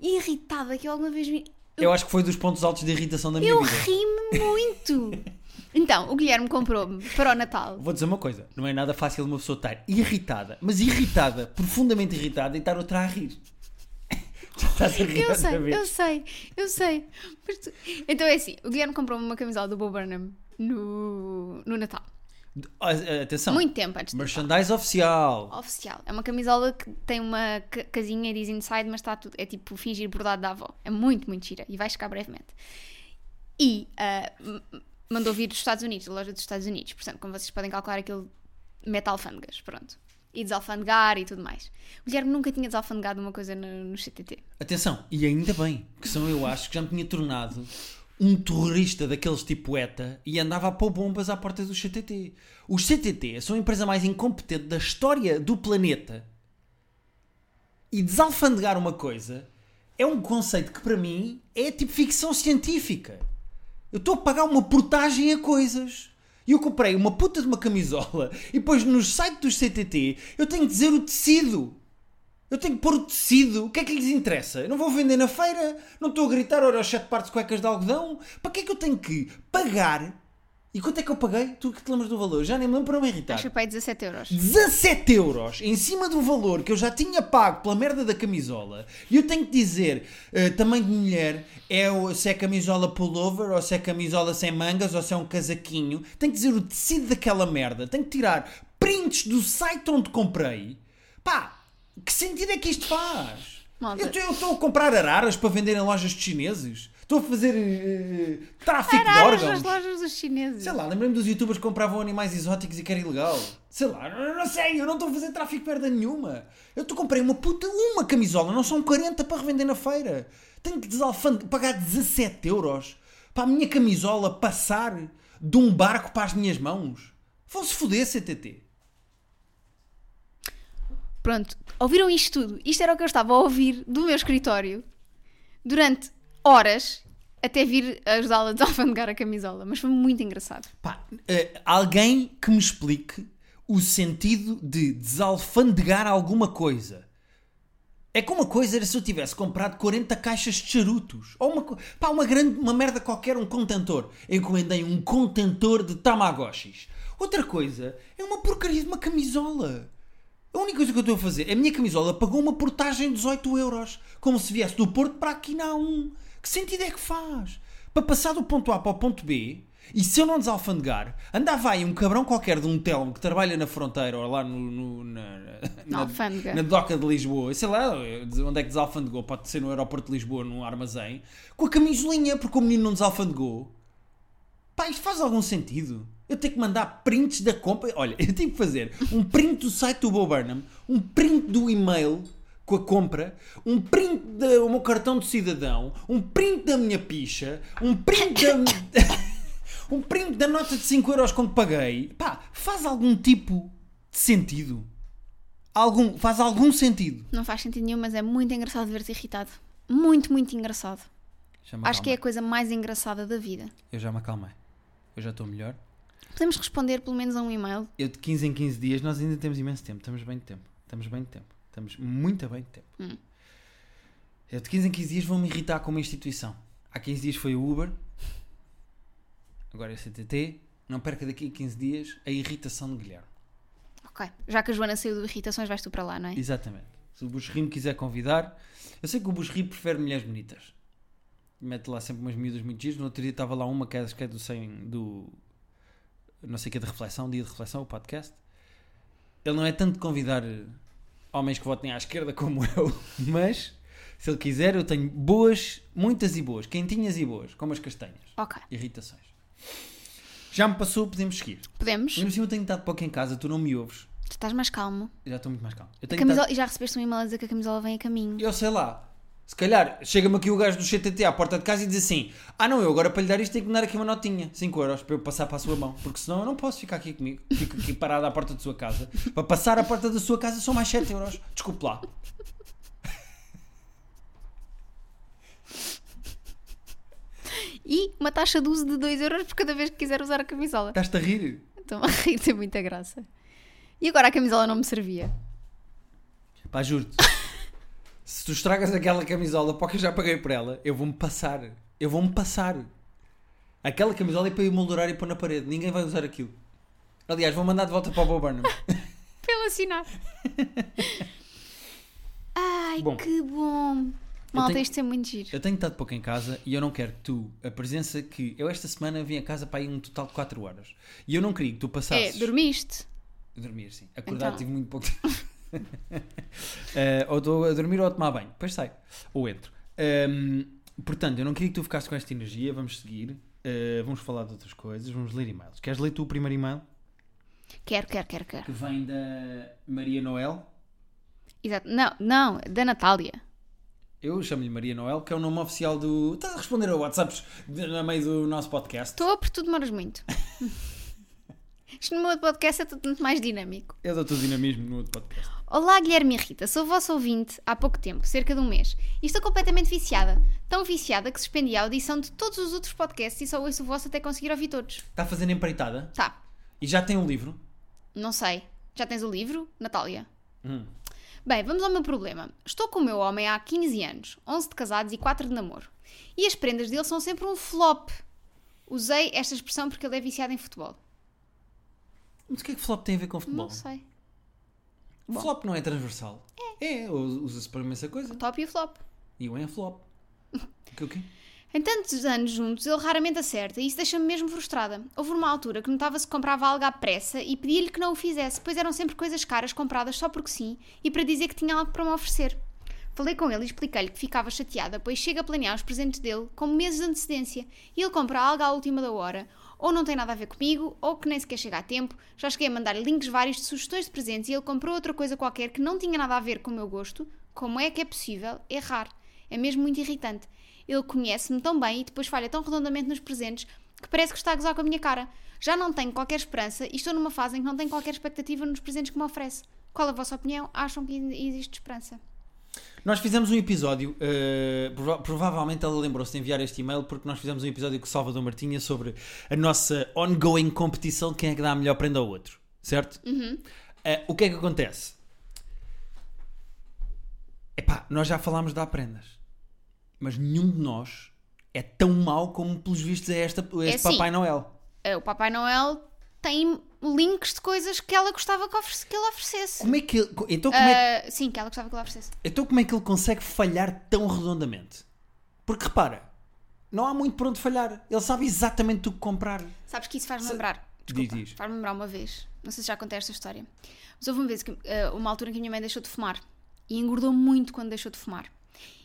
[SPEAKER 1] irritada que eu alguma vez vi.
[SPEAKER 2] eu acho que foi dos pontos altos de irritação da É minha
[SPEAKER 1] Eu
[SPEAKER 2] vida.
[SPEAKER 1] ri-me muito! Então, o Guilherme comprou-me para o Natal.
[SPEAKER 2] Vou dizer uma coisa: não é nada fácil uma pessoa estar irritada, mas irritada, profundamente irritada, e estar outra a rir. Já estás a rir
[SPEAKER 1] Eu
[SPEAKER 2] outra
[SPEAKER 1] sei,
[SPEAKER 2] vez.
[SPEAKER 1] eu sei, eu sei. Mas tu- Então é assim: o Guilherme comprou-me uma camisola do Bo Burnham no, no Natal.
[SPEAKER 2] Ah, ah, Atenção,
[SPEAKER 1] Muito tempo antes. do
[SPEAKER 2] merchandise oficial.
[SPEAKER 1] Oficial. É uma camisola que tem uma ca- casinha e diz inside, mas está tudo. É tipo fingir bordado da avó. É muito, muito gira. E vai chegar brevemente. E ah, m- m- mandou vir dos Estados Unidos, da loja dos Estados Unidos. Portanto, como vocês podem calcular, aquilo mete alfândegas. Pronto. E desalfandegar e tudo mais. O Guilherme nunca tinha desalfandegado uma coisa no, no CTT.
[SPEAKER 2] Atenção, e ainda bem, que são eu acho que já me tinha tornado um terrorista daqueles tipo ETA e andava a pôr bombas à porta do CTT. Os CTT são a empresa mais incompetente da história do planeta. E desalfandegar uma coisa é um conceito que para mim é tipo ficção científica. Eu estou a pagar uma portagem a coisas. E eu comprei uma puta de uma camisola e depois no site dos CTT eu tenho que dizer o tecido. Eu tenho que pôr o tecido. O que é que lhes interessa? Eu não vou vender na feira. Não estou a gritar, ora, os sete partes de cuecas de algodão. Para que é que eu tenho que pagar? E quanto é que eu paguei? Tu que te lembras do valor? Já nem me lembro para não me irritar.
[SPEAKER 1] Acho que eu paguei 17 euros.
[SPEAKER 2] 17 euros em cima do valor que eu já tinha pago pela merda da camisola e eu tenho que dizer eh, tamanho de mulher é o- se é camisola pullover ou se é camisola sem mangas ou se é um casaquinho tenho que dizer o tecido daquela merda tenho que tirar prints do site onde comprei pá que sentido é que isto faz?
[SPEAKER 1] Malta.
[SPEAKER 2] Eu tô- eu estou a comprar araras para vender em lojas de chineses estou a fazer eh, tráfico
[SPEAKER 1] Araras
[SPEAKER 2] de
[SPEAKER 1] nas
[SPEAKER 2] órgãos
[SPEAKER 1] lojas dos chineses.
[SPEAKER 2] Sei lá, lembrei-me dos youtubers que compravam animais exóticos e que era ilegal. Sei lá, eu não sei, eu não estou a fazer tráfico de merda nenhuma. Eu te comprei uma puta, uma camisola, não são 40 para revender na feira. Tenho que desalfande, pagar 17 euros para a minha camisola passar de um barco para as minhas mãos. Vão-se foder, CTT.
[SPEAKER 1] Pronto, ouviram isto tudo? Isto era o que eu estava a ouvir do meu escritório durante horas até vir ajudá-la a desalfandegar a camisola, mas foi muito engraçado.
[SPEAKER 2] Pá, eh, alguém que me explique o sentido de desalfandegar alguma coisa. É que uma coisa era se eu tivesse comprado 40 caixas de charutos. Ou uma, co- pá, uma grande, uma merda qualquer, um contentor. Encomendei um contentor de Tamagotchis. Outra coisa é uma porcaria de uma camisola. A única coisa que eu estou a fazer, a minha camisola pagou uma portagem de 18 euros. Como se viesse do Porto para aqui na A1. Que sentido é que faz? Para passar do ponto A para o ponto B, e se eu não desalfandegar, andava aí um cabrão qualquer de um telmo que trabalha na fronteira ou lá no, no- na, na-
[SPEAKER 1] Na alfândega.
[SPEAKER 2] na doca de Lisboa, sei lá onde é que desalfandegou, pode ser no aeroporto de Lisboa, num armazém, com a camisolinha, porque o menino não desalfandegou. Pá, isto faz algum sentido? Eu tenho que mandar prints da compra. Olha, eu tenho que fazer um print do site do Bo Burnham, um print do e-mail com a compra, um print do meu cartão de cidadão, um print da minha picha, um print da. um print da nota de 5€ euros com que paguei. Pá, faz algum tipo de sentido? Algum, faz algum sentido?
[SPEAKER 1] Não faz sentido nenhum, mas é muito engraçado ver-te irritado. Muito, muito engraçado.
[SPEAKER 2] Já me
[SPEAKER 1] Acho que é a
[SPEAKER 2] acalmei.
[SPEAKER 1] coisa mais engraçada da vida.
[SPEAKER 2] Eu já me acalmei. Eu já estou melhor.
[SPEAKER 1] Podemos responder pelo menos a um e-mail.
[SPEAKER 2] Eu de 15 em 15 dias, nós ainda temos imenso tempo. Estamos bem de tempo. Estamos bem de tempo. Estamos muito bem de tempo. Eu de 15 em 15 dias vou-me irritar com uma instituição. Há 15 dias foi o Uber. Agora é o CTT. Não perca daqui a 15 dias a irritação de Guilherme.
[SPEAKER 1] Ok. Já que a Joana saiu do Irritações, vais tu para lá, não é?
[SPEAKER 2] Exatamente. Se o Busri me quiser convidar, eu sei que o Busri prefere mulheres bonitas. Mete lá sempre umas miúdas muito giras. No outro dia estava lá uma que é, que é do, sem, do. Não sei o que é de reflexão, dia de reflexão, o podcast. Ele não é tanto de convidar eh, homens que votem à esquerda como eu, mas se ele quiser, eu tenho boas, muitas e boas, quentinhas e boas, como as castanhas.
[SPEAKER 1] Ok.
[SPEAKER 2] Irritações. Já me passou, podemos seguir.
[SPEAKER 1] Podemos?
[SPEAKER 2] Mesmo assim, eu tenho estado pouco em casa, tu não me ouves.
[SPEAKER 1] Tu Estás mais calmo.
[SPEAKER 2] Eu já estou muito mais calmo.
[SPEAKER 1] A
[SPEAKER 2] Eu tenho estado-
[SPEAKER 1] camisola... E já recebeste um e-mail a dizer que a camisola vem a caminho.
[SPEAKER 2] eu sei lá. Se calhar chega-me aqui o gajo do CTT à porta de casa e diz assim: Ah, não, eu agora para lhe dar isto tenho que me dar aqui uma notinha, 5 euros, para eu passar para a sua mão, porque senão eu não posso ficar aqui comigo. Fico aqui parado à porta da sua casa. Para passar à porta da sua casa são mais 7 euros. Desculpe lá.
[SPEAKER 1] E uma taxa de uso de 2€ euros por cada vez que quiser usar a camisola.
[SPEAKER 2] Estás-te a rir?
[SPEAKER 1] Estou-me a rir, tem muita graça. E agora a camisola não me servia.
[SPEAKER 2] Pá, juro-te. Se tu estragas aquela camisola, pá, que eu já paguei por ela, eu vou-me passar. Eu vou-me passar. Aquela camisola é para eu moldurar e pôr na parede. Ninguém vai usar aquilo. Aliás, vou mandar de volta para o Bob Burnham.
[SPEAKER 1] Pelo assinar. Ai,
[SPEAKER 2] Bom.
[SPEAKER 1] que bom. Malta,
[SPEAKER 2] tenho-
[SPEAKER 1] isto é muito giro.
[SPEAKER 2] Eu tenho estado pouco em casa e eu não quero que tu, a presença que. Eu esta semana vim a casa para ir um total de 4 horas. E eu não queria que tu
[SPEAKER 1] É,
[SPEAKER 2] passasses.
[SPEAKER 1] dormiste?
[SPEAKER 2] Dormir, sim. Acordar
[SPEAKER 1] Então.
[SPEAKER 2] tive muito pouco tempo. Eh, ou estou a dormir ou a tomar banho. Depois saio. Ou entro. Ahm, portanto, eu não queria que tu ficasse com esta energia. Vamos seguir. Eh, vamos falar de outras coisas. Vamos ler e-mails. Queres ler tu o primeiro e-mail?
[SPEAKER 1] Quero, quero, quero, quero.
[SPEAKER 2] Que vem da Maria Noel.
[SPEAKER 1] Exato. Não, não, da Natália.
[SPEAKER 2] Eu chamo-lhe Maria Noel, que é o nome oficial do. Estás a responder a WhatsApps de- no meio do nosso podcast?
[SPEAKER 1] Estou, porque tu demoras muito. Isto no meu podcast é tudo muito mais dinâmico.
[SPEAKER 2] Eu dou-te o dinamismo no outro podcast.
[SPEAKER 1] Olá, Guilherme e Rita. Sou vosso ouvinte há pouco tempo, cerca de um mês. E estou completamente viciada. Tão viciada que suspendi a audição de todos os outros podcasts e só ouço o vosso até conseguir ouvir todos.
[SPEAKER 2] Está a fazer empreitada
[SPEAKER 1] Tá,
[SPEAKER 2] e já tem um livro.
[SPEAKER 1] não sei. Já tens o livro, Natália?
[SPEAKER 2] Hum.
[SPEAKER 1] Bem, vamos ao meu problema. Estou com o meu homem há 15 anos, 11 de casados e 4 de namoro. E as prendas dele são sempre um flop. Usei esta expressão porque ele é viciado em futebol.
[SPEAKER 2] Mas o que é que flop tem a ver com futebol?
[SPEAKER 1] Não sei.
[SPEAKER 2] Flop não é transversal. É, é u- usa-se para imensa coisa.
[SPEAKER 1] O top e o flop.
[SPEAKER 2] E o é flop. O que o quê?
[SPEAKER 1] Em tantos anos juntos, ele raramente acerta e isso deixa-me mesmo frustrada. Houve uma altura que notava-se que comprava algo à pressa e pedia-lhe que não o fizesse, pois eram sempre coisas caras compradas só porque sim e para dizer que tinha algo para me oferecer. Falei com ele e expliquei-lhe que ficava chateada, pois chega a planear os presentes dele com meses de antecedência e ele compra algo à última da hora. Ou não tem nada a ver comigo, ou que nem sequer chega a tempo. Já cheguei a mandar-lhe links vários de sugestões de presentes e ele comprou outra coisa qualquer que não tinha nada a ver com o meu gosto. Como é que é possível errar? É mesmo muito irritante. Ele conhece-me tão bem e depois falha tão redondamente nos presentes que parece que está a gozar com a minha cara. Já não tenho qualquer esperança e estou numa fase em que não tenho qualquer expectativa nos presentes que me oferece. Qual a vossa opinião? Acham que ainda existe esperança?
[SPEAKER 2] Nós fizemos um episódio, eh, prova- provavelmente ela lembrou-se de enviar este e-mail, porque nós fizemos um episódio com o Salvador Martinha sobre a nossa ongoing competição de quem é que dá a melhor prenda ao outro, certo? Eh, o que é que acontece? Epá, nós já falámos de dar prendas, mas nenhum de nós é tão mau como, pelos vistos, é, esta, este
[SPEAKER 1] É assim.
[SPEAKER 2] Papai Noel.
[SPEAKER 1] Eh, O Papai Noel tem links de coisas que ela gostava que, oferece- que ele oferecesse.
[SPEAKER 2] Como é que ele, então, como é que-
[SPEAKER 1] Eh, sim, que ela gostava que ele oferecesse.
[SPEAKER 2] Então como é que ele consegue falhar tão redondamente? Porque repara, não há muito por onde falhar. Ele sabe exatamente o que comprar.
[SPEAKER 1] Sabes que isso faz-me
[SPEAKER 2] Se-
[SPEAKER 1] lembrar. Desculpa,
[SPEAKER 2] Diz, diz.
[SPEAKER 1] faz-me lembrar uma vez. Não sei se já contei esta história. Mas houve uma vez, que, eh, uma altura em que a minha mãe deixou de fumar. E engordou muito quando deixou de fumar.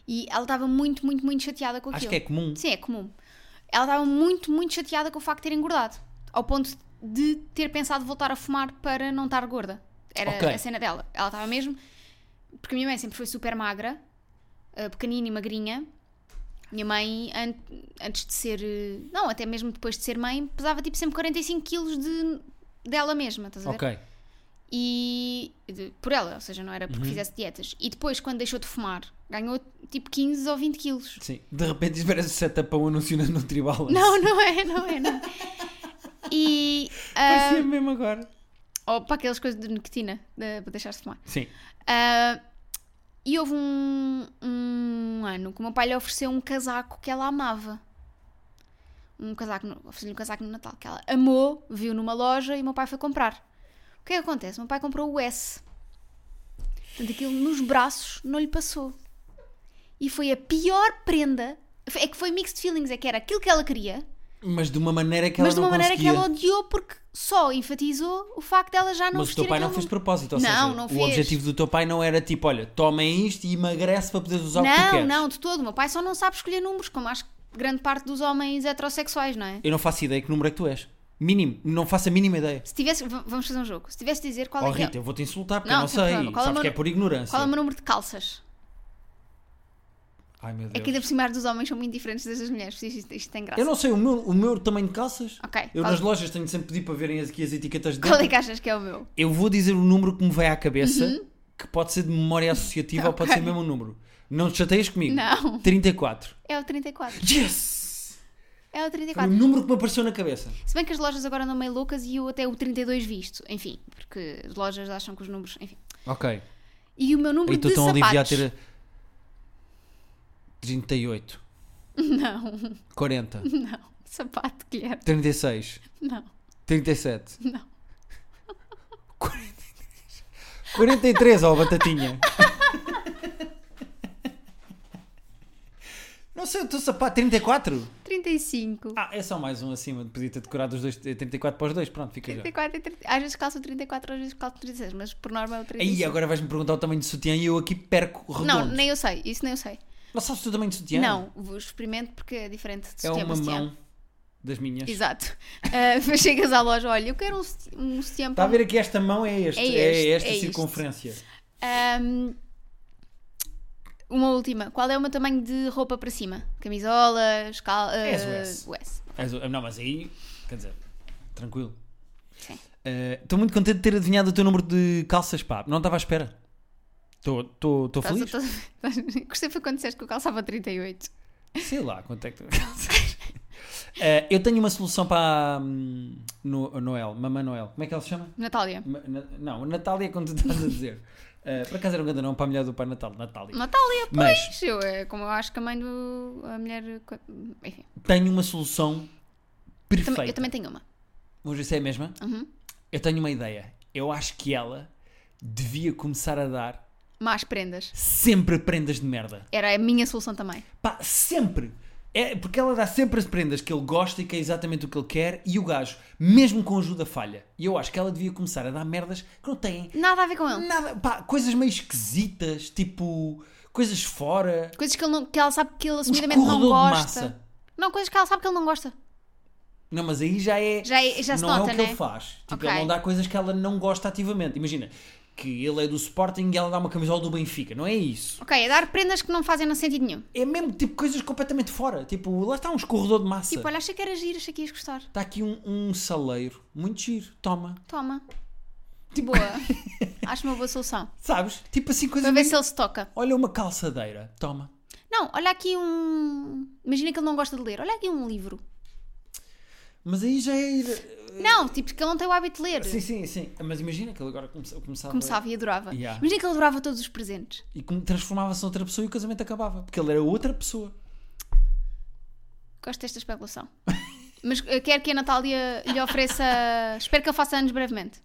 [SPEAKER 1] E ela estava muito, muito, muito chateada com aquilo.
[SPEAKER 2] Acho que é comum.
[SPEAKER 1] Sim, é comum. Ela estava muito, muito chateada com o facto de ter engordado. Ao ponto de ter pensado voltar a fumar para não estar gorda. Era
[SPEAKER 2] Ok.
[SPEAKER 1] a cena dela. Ela estava mesmo. Porque a minha mãe sempre foi super magra, eh, pequenina e magrinha. Minha mãe, an- antes de ser. eh, Não, até mesmo depois de ser mãe, pesava tipo sempre 45 quilos de, dela mesma, estás a ver?
[SPEAKER 2] Ok.
[SPEAKER 1] e de- por ela, ou seja, não era
[SPEAKER 2] Uhum.
[SPEAKER 1] porque fizesse dietas. E depois, quando deixou de fumar, ganhou tipo 15 ou 20 quilos.
[SPEAKER 2] Sim. De repente isso parece o setup para um anúncio na Nutribala.
[SPEAKER 1] Não, não é, não é, não. E. ah,
[SPEAKER 2] Parecia mesmo agora.
[SPEAKER 1] ou para aquelas coisas de nicotina, de, para deixar de fumar.
[SPEAKER 2] Sim.
[SPEAKER 1] Ah, e houve um, um ano que o meu pai lhe ofereceu um casaco que ela amava. Um casaco, no- ofereceu-lhe um casaco no Natal que ela amou, viu numa loja e o meu pai foi comprar. O que é que acontece? O meu pai comprou o S. Portanto, aquilo nos braços não lhe passou. E foi a pior prenda. É que foi mixed feelings, é que era aquilo que ela queria,
[SPEAKER 2] Mas de uma maneira que
[SPEAKER 1] mas de
[SPEAKER 2] ela
[SPEAKER 1] uma
[SPEAKER 2] não
[SPEAKER 1] maneira
[SPEAKER 2] conseguia.
[SPEAKER 1] que ela odiou porque só enfatizou o facto dela já não
[SPEAKER 2] Mas o
[SPEAKER 1] vestir
[SPEAKER 2] teu pai
[SPEAKER 1] aquele
[SPEAKER 2] não fez de
[SPEAKER 1] número.
[SPEAKER 2] propósito, ou
[SPEAKER 1] Não,
[SPEAKER 2] seja,
[SPEAKER 1] não
[SPEAKER 2] o
[SPEAKER 1] fez.
[SPEAKER 2] objetivo do teu pai não era tipo, olha, tomem isto e emagrece para poderes usar o que tu
[SPEAKER 1] Não,
[SPEAKER 2] queres.
[SPEAKER 1] não, de todo. O meu pai só não sabe escolher números, como acho que grande parte dos homens heterossexuais, não é?
[SPEAKER 2] Eu não faço ideia que número é que tu és. Mínimo, não faço a mínima ideia.
[SPEAKER 1] Se tivesse, v- vamos fazer um jogo. Se tivesse de dizer qual
[SPEAKER 2] Oh,
[SPEAKER 1] é, que é-
[SPEAKER 2] Rita, eu vou-te insultar porque
[SPEAKER 1] Não,
[SPEAKER 2] eu não
[SPEAKER 1] sem
[SPEAKER 2] sei.
[SPEAKER 1] problema. Qual é o
[SPEAKER 2] Sabes
[SPEAKER 1] meu-
[SPEAKER 2] que é por ignorância.
[SPEAKER 1] qual é o meu número de calças?
[SPEAKER 2] Ai, meu Deus.
[SPEAKER 1] É que ainda por cima as dos homens são muito diferentes das das mulheres, por isso isto, isto tem graça.
[SPEAKER 2] Eu não sei, o meu, o meu tamanho de calças.
[SPEAKER 1] Tá Ok,
[SPEAKER 2] Eu
[SPEAKER 1] qual- é?
[SPEAKER 2] nas lojas tenho de sempre pedir para verem aqui as etiquetas de
[SPEAKER 1] Qual é que achas que é o meu?
[SPEAKER 2] Eu vou dizer o número que me vai à cabeça, que pode ser de memória associativa ou pode
[SPEAKER 1] Ok.
[SPEAKER 2] ser mesmo um número. Não te chateias comigo.
[SPEAKER 1] Não.
[SPEAKER 2] 34.
[SPEAKER 1] É o 34.
[SPEAKER 2] Yes!
[SPEAKER 1] É o
[SPEAKER 2] Foi o
[SPEAKER 1] 34.
[SPEAKER 2] número que me apareceu na cabeça.
[SPEAKER 1] Se bem que as lojas agora andam meio loucas e eu até o 32 visto. Enfim, porque as lojas acham que os números. Enfim.
[SPEAKER 2] Ok.
[SPEAKER 1] E o meu número
[SPEAKER 2] Então
[SPEAKER 1] de
[SPEAKER 2] estão
[SPEAKER 1] sapatos.
[SPEAKER 2] aliviar ter. 38.
[SPEAKER 1] Não,
[SPEAKER 2] 40.
[SPEAKER 1] não. Sapato, Guilherme.
[SPEAKER 2] 36.
[SPEAKER 1] Não,
[SPEAKER 2] 37.
[SPEAKER 1] não.
[SPEAKER 2] 43, ó, batatinha. Não sei, o teu sapato. 34?
[SPEAKER 1] 35.
[SPEAKER 2] Ah, é só mais um acima. Podia ter decorado os dois, eh, 34 para os dois. Pronto, fica já.
[SPEAKER 1] 34 e 30. Às vezes calço 34, às vezes calço 36, mas por norma é o 35.
[SPEAKER 2] Aí agora vais-me perguntar o tamanho de sutiã e eu aqui perco redondo.
[SPEAKER 1] Não,
[SPEAKER 2] Não,
[SPEAKER 1] nem eu sei, isso nem eu sei.
[SPEAKER 2] sabes o teu tamanho de sutiã?
[SPEAKER 1] Não, vou- experimento porque é diferente de
[SPEAKER 2] É
[SPEAKER 1] sutiã
[SPEAKER 2] uma
[SPEAKER 1] para sutiã.
[SPEAKER 2] mão das minhas.
[SPEAKER 1] Exato. Ah, mas chegas à loja, olha, eu quero um sutiã. Um sutiã
[SPEAKER 2] Está Tá a
[SPEAKER 1] para-
[SPEAKER 2] ver aqui esta mão é este,
[SPEAKER 1] É
[SPEAKER 2] é,
[SPEAKER 1] este,
[SPEAKER 2] esta
[SPEAKER 1] é isto.
[SPEAKER 2] circunferência.
[SPEAKER 1] um, Ahm, uma última. Qual é o meu tamanho de roupa para cima? Camisolas, cal...
[SPEAKER 2] És o
[SPEAKER 1] ah,
[SPEAKER 2] É S.
[SPEAKER 1] o S.
[SPEAKER 2] Mas, não, mas aí, quer dizer, tranquilo.
[SPEAKER 1] Sim.
[SPEAKER 2] Eh, Estou muito contente de ter adivinhado o teu número de calças, pá. Não estava à espera. Estou- Estou estou
[SPEAKER 1] Estás a-
[SPEAKER 2] feliz?
[SPEAKER 1] estás- estás- Gostei foi quando disseste que eu calçava 38.
[SPEAKER 2] Sei lá quanto é que tu calças. Eh, eu tenho uma solução para a hum, no, Noel, Mamã Noel. Como é que ela se chama?
[SPEAKER 1] Natália.
[SPEAKER 2] Ma- na- Não, Natália, como tu estás a dizer. Eh, por acaso era um grande nome para a mulher do Pai Natal, Natália.
[SPEAKER 1] Natália,
[SPEAKER 2] Mas-
[SPEAKER 1] pois! Eu, é como eu acho que a mãe do. a mulher. co- Enfim.
[SPEAKER 2] Tenho uma solução perfeita.
[SPEAKER 1] Também- eu também tenho uma.
[SPEAKER 2] Vamos ver se é a mesma?
[SPEAKER 1] Uhum.
[SPEAKER 2] Eu tenho uma ideia. Eu acho que ela devia começar a dar
[SPEAKER 1] Más prendas.
[SPEAKER 2] sempre prendas de merda.
[SPEAKER 1] Era a minha solução também.
[SPEAKER 2] Pá, sempre! É, porque ela dá sempre as prendas que ele gosta e que é exatamente o que ele quer e o gajo, mesmo com ajuda, falha. E eu acho que ela devia começar a dar merdas que não têm
[SPEAKER 1] Nada a ver com ele.
[SPEAKER 2] nada. Pá, coisas meio esquisitas, tipo coisas fora.
[SPEAKER 1] Coisas que, ele não- que ela sabe que ele
[SPEAKER 2] um
[SPEAKER 1] assumidamente não
[SPEAKER 2] escorredor de
[SPEAKER 1] gosta. Não, coisas que ela sabe que ele não gosta.
[SPEAKER 2] Não, mas aí já é.
[SPEAKER 1] Já é- já se
[SPEAKER 2] não
[SPEAKER 1] nota,
[SPEAKER 2] é o que
[SPEAKER 1] né?
[SPEAKER 2] ele faz. Tipo,
[SPEAKER 1] Ok.
[SPEAKER 2] ele não dá coisas que ela não gosta ativamente. Imagina, que ele é do Sporting e ela dá uma camisola do Benfica. Não é isso.
[SPEAKER 1] Ok, é dar prendas que não fazem não sentido nenhum.
[SPEAKER 2] É mesmo tipo coisas completamente fora. Tipo, lá está um escorredor de massa.
[SPEAKER 1] Tipo, olha, achei que era giro, achei que ias gostar.
[SPEAKER 2] Está aqui um, um saleiro. Muito giro. Toma.
[SPEAKER 1] Toma. Boa. Acho uma boa solução.
[SPEAKER 2] Sabes? Tipo assim, coisas.
[SPEAKER 1] Para ver
[SPEAKER 2] mesmo-
[SPEAKER 1] se ele se toca.
[SPEAKER 2] Olha uma calçadeira. Toma.
[SPEAKER 1] Não, olha aqui um. Imagina que ele não gosta de ler. Olha aqui um livro.
[SPEAKER 2] Mas aí já é. ir-
[SPEAKER 1] Não, tipo, porque ele não tem o hábito de ler.
[SPEAKER 2] Ah, Sim, sim, sim. Mas imagina que ele agora come- começava.
[SPEAKER 1] Começava e adorava.
[SPEAKER 2] Yeah.
[SPEAKER 1] Imagina que ele adorava todos os presentes.
[SPEAKER 2] E como transformava-se noutra pessoa e o casamento acabava. Porque ele era outra pessoa.
[SPEAKER 1] Gosto desta especulação. Mas eu quero que a Natália lhe ofereça. Espero que ele faça anos brevemente.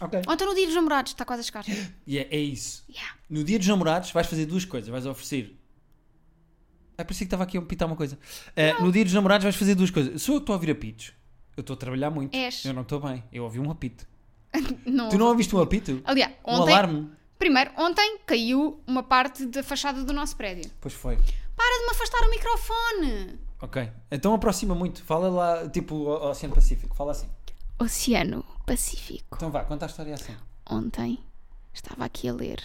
[SPEAKER 2] Ok.
[SPEAKER 1] Ou então no dia dos namorados, está quase a chegar.
[SPEAKER 2] E é, é isso.
[SPEAKER 1] Yeah.
[SPEAKER 2] No dia dos namorados vais fazer duas coisas. Vais oferecer. Ah, parecia que estava aqui a pitar uma coisa. Ah, no dia dos namorados vais fazer duas coisas. Sou eu que estou a ouvir apitos. Eu estou a trabalhar muito.
[SPEAKER 1] És.
[SPEAKER 2] Eu não estou bem. Eu ouvi um apito.
[SPEAKER 1] Não.
[SPEAKER 2] Tu não ouviste um apito?
[SPEAKER 1] Aliás,
[SPEAKER 2] Um
[SPEAKER 1] ontem.
[SPEAKER 2] alarme?
[SPEAKER 1] Primeiro, ontem caiu uma parte da fachada do nosso prédio.
[SPEAKER 2] Pois foi.
[SPEAKER 1] Para de me afastar o microfone!
[SPEAKER 2] Ok. Então aproxima muito. Fala lá, tipo, ao ao Oceano Pacífico. Fala assim.
[SPEAKER 1] Oceano Pacífico.
[SPEAKER 2] Então vá, conta a história assim.
[SPEAKER 1] Ontem estava aqui a ler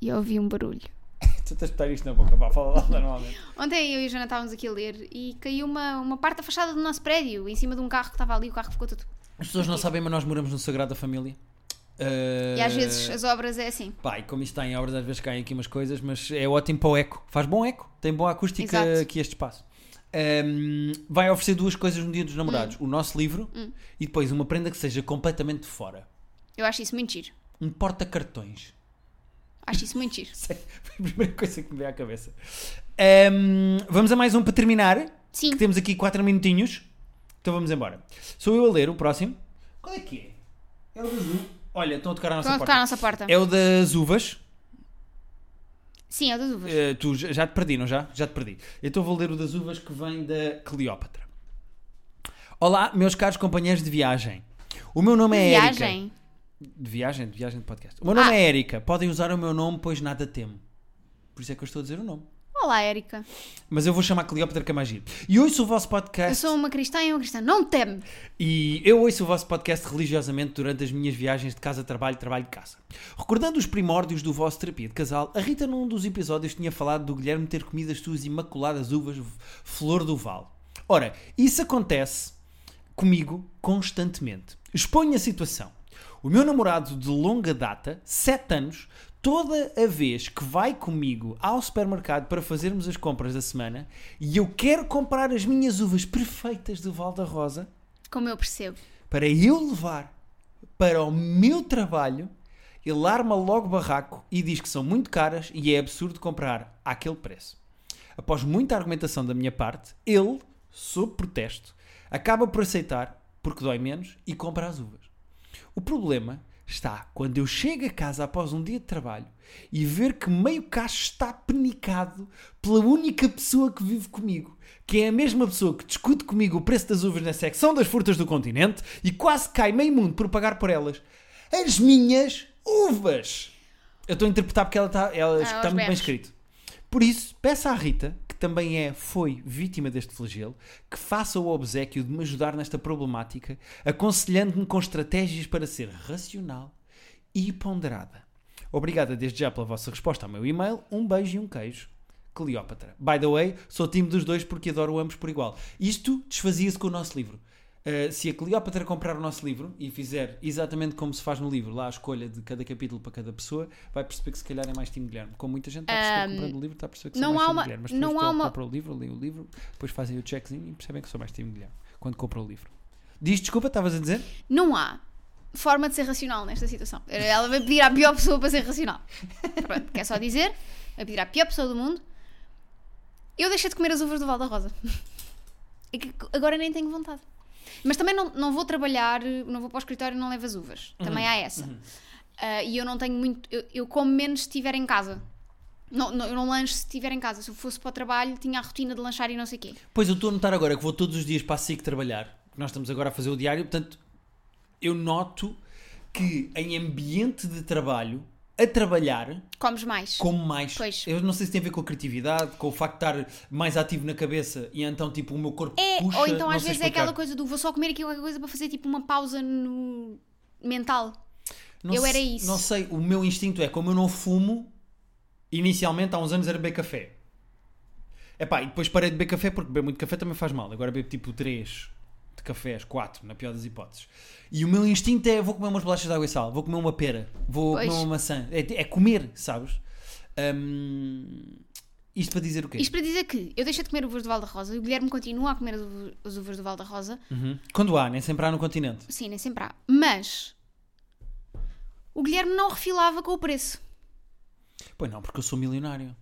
[SPEAKER 1] e ouvi um barulho.
[SPEAKER 2] tu tens de botar isto na boca. Vá, fala lá normalmente.
[SPEAKER 1] Ontem eu e a Joana estávamos aqui a ler e caiu uma, uma parte da fachada do nosso prédio em cima de um carro que estava ali. O carro ficou todo.
[SPEAKER 2] As pessoas não sabem, mas nós moramos no Sagrado da Família. Ah,
[SPEAKER 1] E às vezes as obras é assim.
[SPEAKER 2] Pá, e como isto está em obras, às vezes caem aqui umas coisas, mas é ótimo para o eco. Faz bom eco, tem boa acústica
[SPEAKER 1] Exato.
[SPEAKER 2] aqui este espaço. Ahm, vai oferecer duas coisas no dia dos namorados:
[SPEAKER 1] Hum.
[SPEAKER 2] o nosso livro e depois uma prenda que seja completamente de fora.
[SPEAKER 1] Eu acho isso muito giro.
[SPEAKER 2] Um porta-cartões.
[SPEAKER 1] Acho isso muito giro.
[SPEAKER 2] Sei, Foi a primeira coisa que me veio à cabeça. Ahm, vamos a mais um para terminar.
[SPEAKER 1] Sim.
[SPEAKER 2] Que temos aqui 4 minutinhos. Então vamos embora. Sou eu a ler o próximo. Qual é que é? É o do azul. Olha, estão a tocar à nossa
[SPEAKER 1] Estão a
[SPEAKER 2] porta.
[SPEAKER 1] tocar à nossa porta.
[SPEAKER 2] É o das uvas.
[SPEAKER 1] Sim, é das uvas.
[SPEAKER 2] Eh, tu já já te perdi, não já? Já te perdi. Então vou ler o das uvas que vem da Cleópatra. Olá, meus caros companheiros de viagem. O meu nome é Érica.
[SPEAKER 1] Viagem.
[SPEAKER 2] De viagem, de viagem de podcast. O meu nome
[SPEAKER 1] Ah.
[SPEAKER 2] é Érica. Podem usar o meu nome, pois nada temo. Por isso é que eu estou a dizer o nome.
[SPEAKER 1] Olá, Érica.
[SPEAKER 2] Mas eu vou chamar Cleópatra que é mais giro. E ouço o vosso podcast.
[SPEAKER 1] Eu sou uma cristã e uma cristã. Não me teme!
[SPEAKER 2] E eu ouço o vosso podcast religiosamente durante as minhas viagens de casa, trabalho, trabalho, casa. Recordando os primórdios do vosso terapia de casal, a Rita num dos episódios tinha falado do Guilherme ter comido as suas imaculadas uvas v- flor do val. Ora, isso acontece comigo constantemente. Exponho a situação. O meu namorado de longa data, 7 anos, toda a vez que vai comigo ao supermercado para fazermos as compras da semana e eu quero comprar as minhas uvas perfeitas do Val da Rosa,
[SPEAKER 1] Como eu percebo.
[SPEAKER 2] para eu levar para o meu trabalho, ele arma logo barraco e diz que são muito caras e é absurdo comprar àquele preço. Após muita argumentação da minha parte, ele, sob protesto, acaba por aceitar porque dói menos e compra as uvas. O problema está quando eu chego a casa após um dia de trabalho e ver que meio cacho está penicado pela única pessoa que vive comigo, que é a mesma pessoa que discute comigo o preço das uvas na secção das frutas do continente e quase cai meio mundo por pagar por elas. As minhas uvas! Eu estou a interpretar porque ela está, ela
[SPEAKER 1] Ah,
[SPEAKER 2] está
[SPEAKER 1] aos
[SPEAKER 2] muito bem
[SPEAKER 1] berros.
[SPEAKER 2] escrito. Por isso, peço à Rita, que também é, foi vítima deste flagelo, que faça o obsequio de me ajudar nesta problemática, aconselhando-me com estratégias para ser racional e ponderada. Obrigada desde já pela vossa resposta ao meu e-mail. Um beijo e um queijo. Cleópatra. By the way, sou time dos dois porque adoro ambos por igual. Isto desfazia-se com o nosso livro. Uh, se a Cleópatra comprar o nosso livro e fizer exatamente como se faz no livro, lá a escolha de cada capítulo para cada pessoa, vai perceber que se calhar é mais time Guilherme. Como muita gente está a perceber comprando o livro, está a perceber que sou
[SPEAKER 1] não
[SPEAKER 2] mais
[SPEAKER 1] há
[SPEAKER 2] time
[SPEAKER 1] uma-
[SPEAKER 2] Guilherme. Mas
[SPEAKER 1] não
[SPEAKER 2] depois
[SPEAKER 1] há
[SPEAKER 2] vão,
[SPEAKER 1] uma-
[SPEAKER 2] compram o livro, leem o livro, depois fazem o checkzinho e percebem que sou mais time Guilherme quando compram o livro. Diz desculpa, estavas a dizer?
[SPEAKER 1] Não há forma de ser racional nesta situação. Ela vai pedir à pior pessoa para ser racional. Pronto, quer só dizer, vai pedir à pior pessoa do mundo. Eu deixei de comer as uvas do Val da Rosa. É que agora nem tenho vontade. Mas também não, não vou trabalhar, não vou para o escritório e não levo as uvas. Também há essa. Ah, e eu não tenho muito. Eu, eu como menos se estiver em casa. Não, não- eu não lancho se estiver em casa. Se eu fosse para o trabalho, tinha a rotina de lanchar e não sei o quê.
[SPEAKER 2] Pois eu estou a notar agora que vou todos os dias para a SIC trabalhar. Nós estamos agora a fazer o diário, portanto, eu noto que em ambiente de trabalho, a trabalhar,
[SPEAKER 1] Comes mais.
[SPEAKER 2] como mais.
[SPEAKER 1] Pois.
[SPEAKER 2] Eu não sei se tem a ver com a criatividade, com o facto de estar mais ativo na cabeça e então, tipo, o meu corpo
[SPEAKER 1] É,
[SPEAKER 2] puxa.
[SPEAKER 1] ou então
[SPEAKER 2] não
[SPEAKER 1] às
[SPEAKER 2] sei
[SPEAKER 1] vezes é aquela
[SPEAKER 2] explicar.
[SPEAKER 1] coisa do vou só comer aqui qualquer coisa para fazer tipo uma pausa no mental.
[SPEAKER 2] Não
[SPEAKER 1] Eu
[SPEAKER 2] se-
[SPEAKER 1] era isso.
[SPEAKER 2] Não sei, o meu instinto é, como eu não fumo, inicialmente há uns anos era beber café. Epá, e depois parei de beber café porque beber muito café também faz mal. Agora bebo tipo 3 de cafés, 4, na pior das hipóteses. E o meu instinto é, vou comer umas bolachas de água e sal, vou comer uma pera, vou
[SPEAKER 1] Pois.
[SPEAKER 2] comer uma maçã. É, é comer, sabes? Hum, isto para dizer o quê?
[SPEAKER 1] Isto para dizer que eu deixei de comer uvas do Val da Rosa e o Guilherme continua a comer as uvas- as uvas do Val da Rosa.
[SPEAKER 2] Uhum. Quando há, nem sempre há no continente.
[SPEAKER 1] Sim, nem sempre há. Mas o Guilherme não refilava com o preço.
[SPEAKER 2] Pois não, porque eu sou milionário.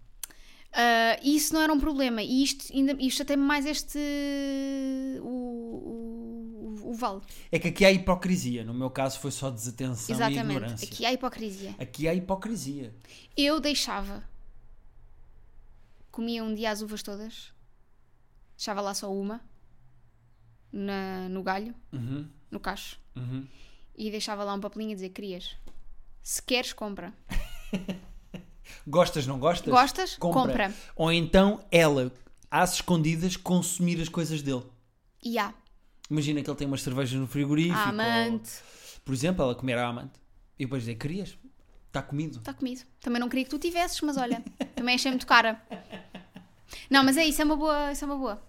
[SPEAKER 1] Ah, e isso não era um problema. E isto, ainda, isto até mais este. o, o, o- o vale.
[SPEAKER 2] É que aqui há hipocrisia. No meu caso foi só desatenção e
[SPEAKER 1] Exatamente.
[SPEAKER 2] ignorância. Aqui...
[SPEAKER 1] Aqui há hipocrisia.
[SPEAKER 2] há hipocrisia.
[SPEAKER 1] Eu deixava. Comia um dia as uvas todas. Deixava lá só uma. Na, no galho,
[SPEAKER 2] Uhum,
[SPEAKER 1] no cacho.
[SPEAKER 2] uhum.
[SPEAKER 1] E deixava lá um papelinho a dizer: querias. Se queres, compra.
[SPEAKER 2] Gostas, não gostas?
[SPEAKER 1] Gostas? Compra.
[SPEAKER 2] Ou então ela, às escondidas, consumir as coisas dele.
[SPEAKER 1] E há.
[SPEAKER 2] Imagina que ele tem umas cervejas no frigorífico.
[SPEAKER 1] A
[SPEAKER 2] ou-
[SPEAKER 1] amante.
[SPEAKER 2] por exemplo, ela comer a amante. E depois dizer, querias? Está comido.
[SPEAKER 1] Está comido. Também não queria que tu tivesses, mas olha, também achei muito cara. Não, mas é isso, é uma boa. Isso é uma boa.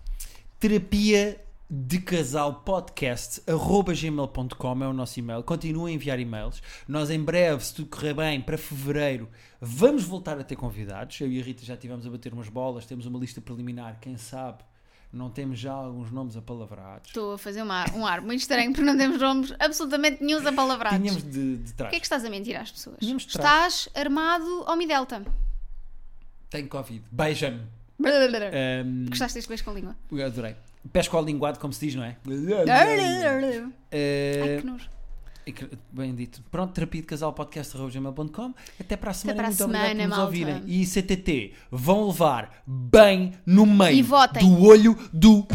[SPEAKER 2] Terapia de casal podcast arroba gmail.com é o nosso e-mail. Continua a enviar e-mails. Nós em breve, se tudo correr bem, para fevereiro, vamos voltar a ter convidados. Eu e a Rita já estivemos a bater umas bolas, temos uma lista preliminar, quem sabe. Não temos já alguns nomes apalavrados.
[SPEAKER 1] Estou a fazer uma- um ar muito estranho porque não temos nomes absolutamente nenhum apalavrados.
[SPEAKER 2] Tínhamos de, de
[SPEAKER 1] O
[SPEAKER 2] trás.
[SPEAKER 1] que é que estás a mentir às pessoas?
[SPEAKER 2] Tínhamos de
[SPEAKER 1] Estás armado ao Mi Delta.
[SPEAKER 2] Tenho Covid. Beija-me. Ahm,
[SPEAKER 1] Gostaste deste beijo com língua?
[SPEAKER 2] eu adorei. Pesco ao linguado, como se diz, não é?
[SPEAKER 1] Ai,
[SPEAKER 2] Ah,
[SPEAKER 1] que nojo.
[SPEAKER 2] E que- Bem dito. Pronto, terapia de casal podcast.gmail.com. Até para a semana.
[SPEAKER 1] para a
[SPEAKER 2] Muito obrigado
[SPEAKER 1] semana,
[SPEAKER 2] por nos
[SPEAKER 1] malta.
[SPEAKER 2] ouvirem. E ICTT vão levar bem no meio
[SPEAKER 1] E votem.
[SPEAKER 2] do olho do